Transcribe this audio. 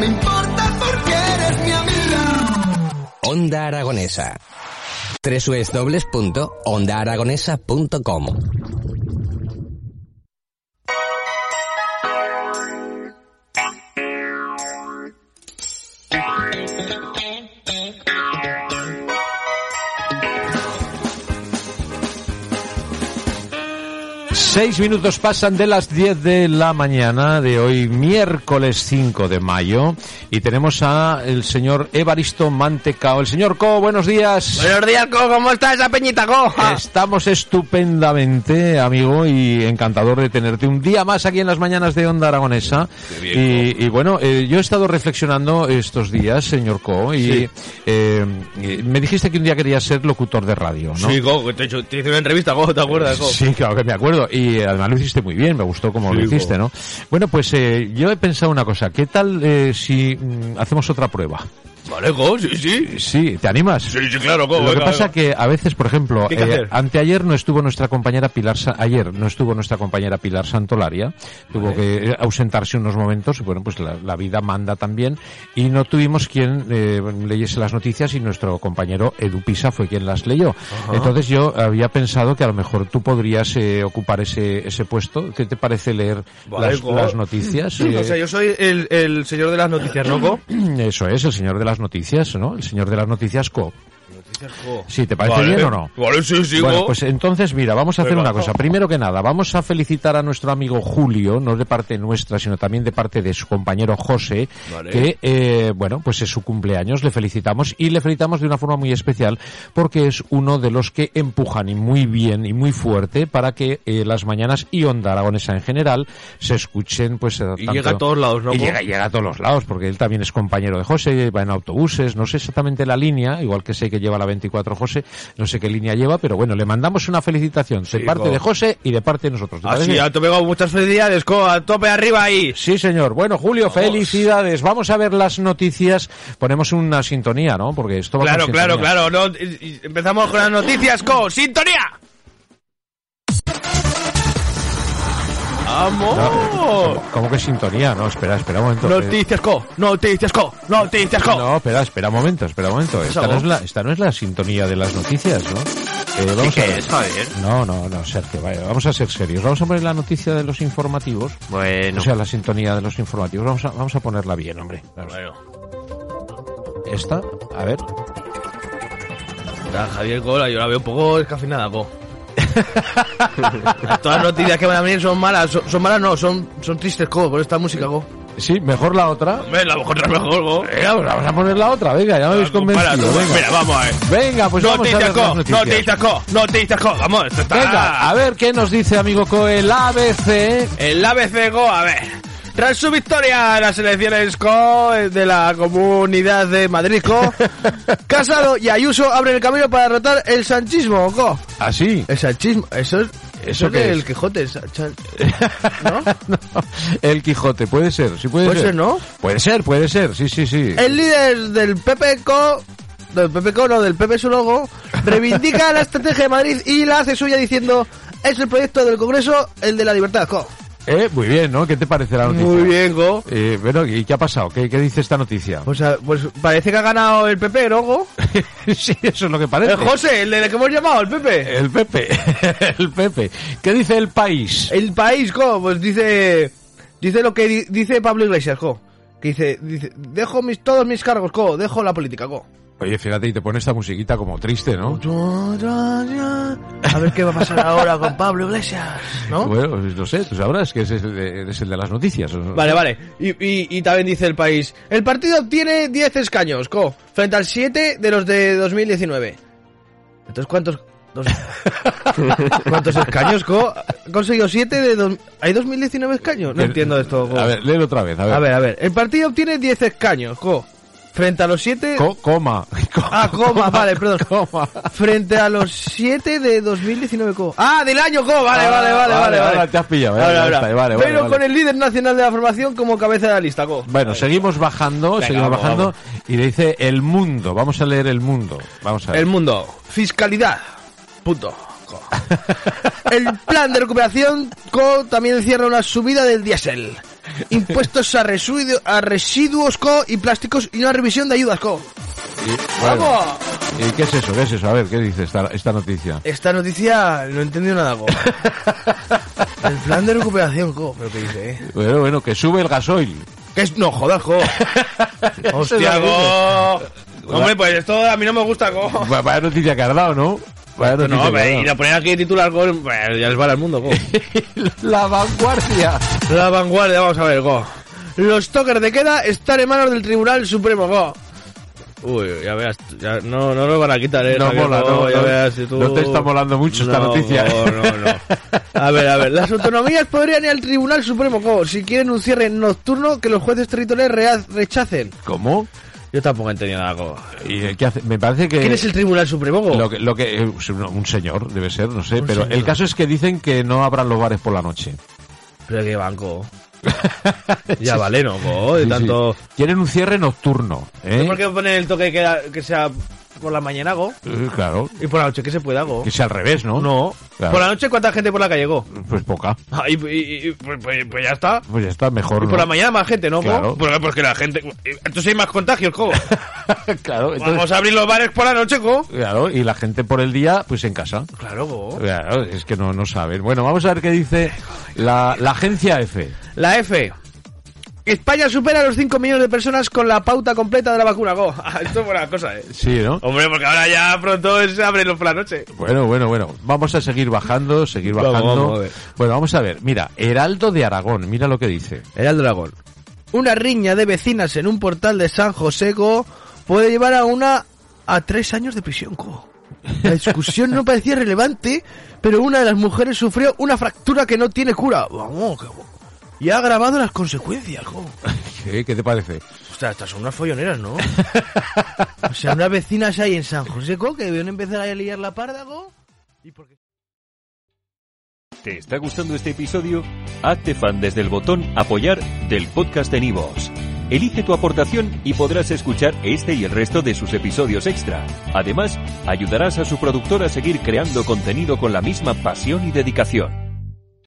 me importa porque eres mi amiga. Onda Aragonesa. www.ondaaragonesa.com Seis minutos pasan de las 10 de la mañana de hoy, miércoles 5 de mayo, y tenemos a el señor Evaristo Mantecao. El señor Co, buenos días. Buenos días, Co, ¿cómo está esa peñita, Co? Estamos estupendamente, amigo, y encantador de tenerte un día más aquí en las mañanas de Onda Aragonesa. Bien, y, y, bueno, eh, yo he estado reflexionando estos días, señor Co, y sí. eh, me dijiste que un día querías ser locutor de radio, ¿no? Sí, Co, te, te hice una entrevista, Co, ¿te acuerdas, Co? Sí, claro que me acuerdo. Y y además lo hiciste muy bien, me gustó como sí, lo hiciste, ¿no? Bueno, pues eh, yo he pensado una cosa, ¿qué tal eh, si mm, hacemos otra prueba? Vale, go, sí, sí. Sí, ¿te animas? Sí, sí, claro, go, Lo venga, que pasa venga. que a veces, por ejemplo, eh, anteayer no estuvo nuestra compañera Pilar, Sa ayer no estuvo nuestra compañera Pilar Santolaria, tuvo que eh, ausentarse unos momentos, bueno, pues la, la vida manda también, y no tuvimos quien eh, leyese las noticias y nuestro compañero Edu Pisa fue quien las leyó. Ajá. Entonces yo había pensado que a lo mejor tú podrías eh, ocupar ese, ese puesto. ¿Qué te parece leer vale, las, las, noticias? Eh, o sea, yo soy el, el señor de las noticias, ¿no, go? Eso es, el señor de las noticias, ¿no? El señor de las noticias Co. Sí, ¿te parece vale, bien o no? Vale, sí, sí, bueno, pues entonces mira, vamos a hacer una cosa. Primero que nada, vamos a felicitar a nuestro amigo Julio, no de parte nuestra, sino también de parte de su compañero José, vale. que, eh, bueno, pues es su cumpleaños, le felicitamos y le felicitamos de una forma muy especial porque es uno de los que empujan y muy bien y muy fuerte para que eh, las mañanas y Onda Aragonesa en general se escuchen, pues... Y tanto, llega a todos lados, ¿no? Y llega, llega a todos los lados, porque él también es compañero de José, va en autobuses, no sé exactamente la línea, igual que sé que lleva la 24 José, no sé qué línea lleva, pero bueno, le mandamos una felicitación de sí, parte co. de José y de parte de nosotros. Así, a tope, muchas felicidades, co, a tope arriba ahí. Sí, señor. Bueno, Julio, Vamos. felicidades. Vamos a ver las noticias. Ponemos una sintonía, ¿no? Porque esto va Claro, claro, claro. No, empezamos con las noticias, co. ¡Sintonía! ¡Vamos! No, ¿Cómo que sintonía? No, espera, espera un momento. Eh, Noticias Co, noticias Co, noticias Co. No, espera, espera un momento, espera un momento. Esta no, es la, esta no es la sintonía de las noticias, ¿no? Eh, vamos ¿Qué a ver. es, Javier? No, no, no, Sergio, vaya, vamos a ser serios. Vamos a poner la noticia de los informativos. Bueno. O sea, la sintonía de los informativos. Vamos a, vamos a ponerla bien, hombre. Vamos. Bueno. Esta, a ver. La Javier Cola, yo la veo un poco descafinada, Co. Todas las noticias que van a venir son malas. Son, son malas, no, son, son tristes, co, con esta música, Eh, go. Sí, mejor la otra. Hombre, la mejor es mejor, go. Venga, pues vamos a poner la otra, venga, ya me habéis convencido. Venga. Mira, vamos a ver. Venga, pues noticias, vamos a ver co, noticias. co, noticias, co, Ah. vamos. Esto está... Venga, a ver qué nos dice, amigo co, el ABC. El ABC, go, a ver. Tras su victoria en las elecciones co de la Comunidad de Madrid, co, Casado y Ayuso abren el camino para derrotar el sanchismo, co. ¿Ah, sí? El sanchismo, eso es... ¿Eso, ¿Eso que es? el Quijote? ¿No? ¿No? El Quijote, puede ser, sí puede, ¿Puede ser. ser. ¿no? Eh. Puede ser, puede ser, sí, sí, sí. El líder del PP Co del PP Co, no, del PP su logo, reivindica la estrategia de Madrid y la hace suya diciendo, es el proyecto del Congreso, el de la libertad, Co. Eh, muy bien, ¿no? ¿Qué te parece la noticia? Muy bien, Go. Eh, bueno, ¿y qué ha pasado? ¿Qué, qué dice esta noticia? Pues, a, pues parece que ha ganado el PP, ¿no, Go? sí, eso es lo que parece. El José, el de que hemos llamado, el Pepe. El Pepe, el Pepe. ¿Qué dice el país? El país, Go, pues dice... Dice lo que di, dice Pablo Iglesias, Go. Que dice, dice, dejo mis, todos mis cargos, Go, dejo la política, Go. Oye, fíjate, y te pone esta musiquita como triste, ¿no? A ver qué va a pasar ahora con Pablo Iglesias, ¿no? Bueno, no sé, tú sabrás que es el de, eres el de las noticias. ¿no? Vale, vale. Y, y, y, también dice el país, el partido obtiene 10 escaños, co, frente al 7 de los de 2019. Entonces, ¿cuántos...? Dos... ¿Cuántos escaños, co? Ha conseguido 7 de... Dos... ¿Hay 2019 escaños? No el, entiendo esto, co. A ver, léelo otra vez, a ver. A ver, a ver. El partido obtiene 10 escaños, co. Frente a los 7... Siete... Co coma. coma. Ah, coma, coma, vale, perdón. Coma. Frente a los 7 de 2019, co. Ah, del año, co. Vale, ah, vale, vale, vale, vale, vale. Te has pillado, vale, vale, vale, vale Pero vale, con el líder nacional de la formación como cabeza de la lista, co. Bueno, seguimos bajando, Venga, seguimos vamos, bajando. Vamos. Y le dice el mundo. Vamos a leer el mundo. Vamos a ver. El mundo. Fiscalidad. Punto. Co. el plan de recuperación, co, también cierra una subida del diésel. impuestos a, residu- a residuos co y plásticos y una revisión de ayudas co. Y, bueno, ¡Vamos! ¿Y qué es eso? ¿Qué es eso? A ver, ¿qué dice esta, esta noticia? Esta noticia no he entendido nada, co. El plan de recuperación, co. Pero qué dice, eh. Bueno, bueno, que sube el gasoil. Que es- No, jodas, co. Hostia, co. Hombre, pues esto a mí no me gusta, co. Va- Vaya noticia que has dado, ¿no? Vaya No, noticia que has hombre, y dado. lo poner aquí titular gol, bueno, ya les vale al mundo, go. La vanguardia. La vanguardia, vamos a ver, go. Los toques de queda están en manos del Tribunal Supremo, go. Uy, ya veas, ya- no, no lo van a quitar, eh. No Javier, mola, no, ya no, veas si tú- no te está molando mucho esta No, noticia. eh. go, no, no. A ver, a ver, las autonomías podrían ir al Tribunal Supremo, go. Si quieren un cierre nocturno, que los jueces territoriales rea- rechacen. ¿Cómo? Yo tampoco he entendido nada, go. ¿Y eh, qué hace? Me parece que... ¿Quién es el Tribunal Supremo, go? Lo que, lo que, eh, un un señor, debe ser, no sé. Un pero el señor. caso es que dicen que no abran los bares por la noche. Pero qué banco. ya vale, no, go, de Sí, sí. tanto... Quieren un cierre nocturno, ¿eh? ¿Por qué poner el toque de queda que sea por la mañana, go? Eh, Claro. Y por la noche, ¿qué se puede, go? Que sea al revés, ¿no? No. Claro. ¿Por la noche cuánta gente por la calle, go? Pues poca. Ah, y, y- y- pues, pues- pues ya está. Pues ya está, mejor. Y por ¿no? la mañana más gente, ¿no, go? Claro. Porque, porque la gente... Entonces hay más contagios, go. claro, entonces- Vamos a abrir los bares por la noche, go. claro, y la gente por el día, pues en casa. Claro, go. Claro, es que no, no saben. Bueno, vamos a ver qué dice la, la agencia F. La F. España supera los 5 millones de personas con la pauta completa de la vacuna, go. Ah, Esto es buena cosa, eh. Sí, ¿no? Hombre, porque ahora ya pronto se abren los por la noche. Bueno, bueno, bueno. Vamos a seguir bajando, seguir Vamos, bajando. vamos a ver. bueno, vamos a ver. Mira, Heraldo de Aragón, mira lo que dice. Era el dragón. Una riña de vecinas en un portal de San José Go puede llevar a una a tres años de prisión. Go. La discusión no parecía relevante, pero una de las mujeres sufrió una fractura que no tiene cura. Vamos, que bo- y ha agravado las consecuencias. Go. ¿Qué, qué te parece? O sea, estas son unas folloneras, ¿no? O sea, unas vecinas ahí en San José Go que debieron empezar a liar la parda. Go. ¿Y por qué? ¿Te está gustando este episodio? Hazte fan desde el botón Apoyar del podcast de Nivos. Elige tu aportación y podrás escuchar este y el resto de sus episodios extra. Además, ayudarás a su productor a seguir creando contenido con la misma pasión y dedicación.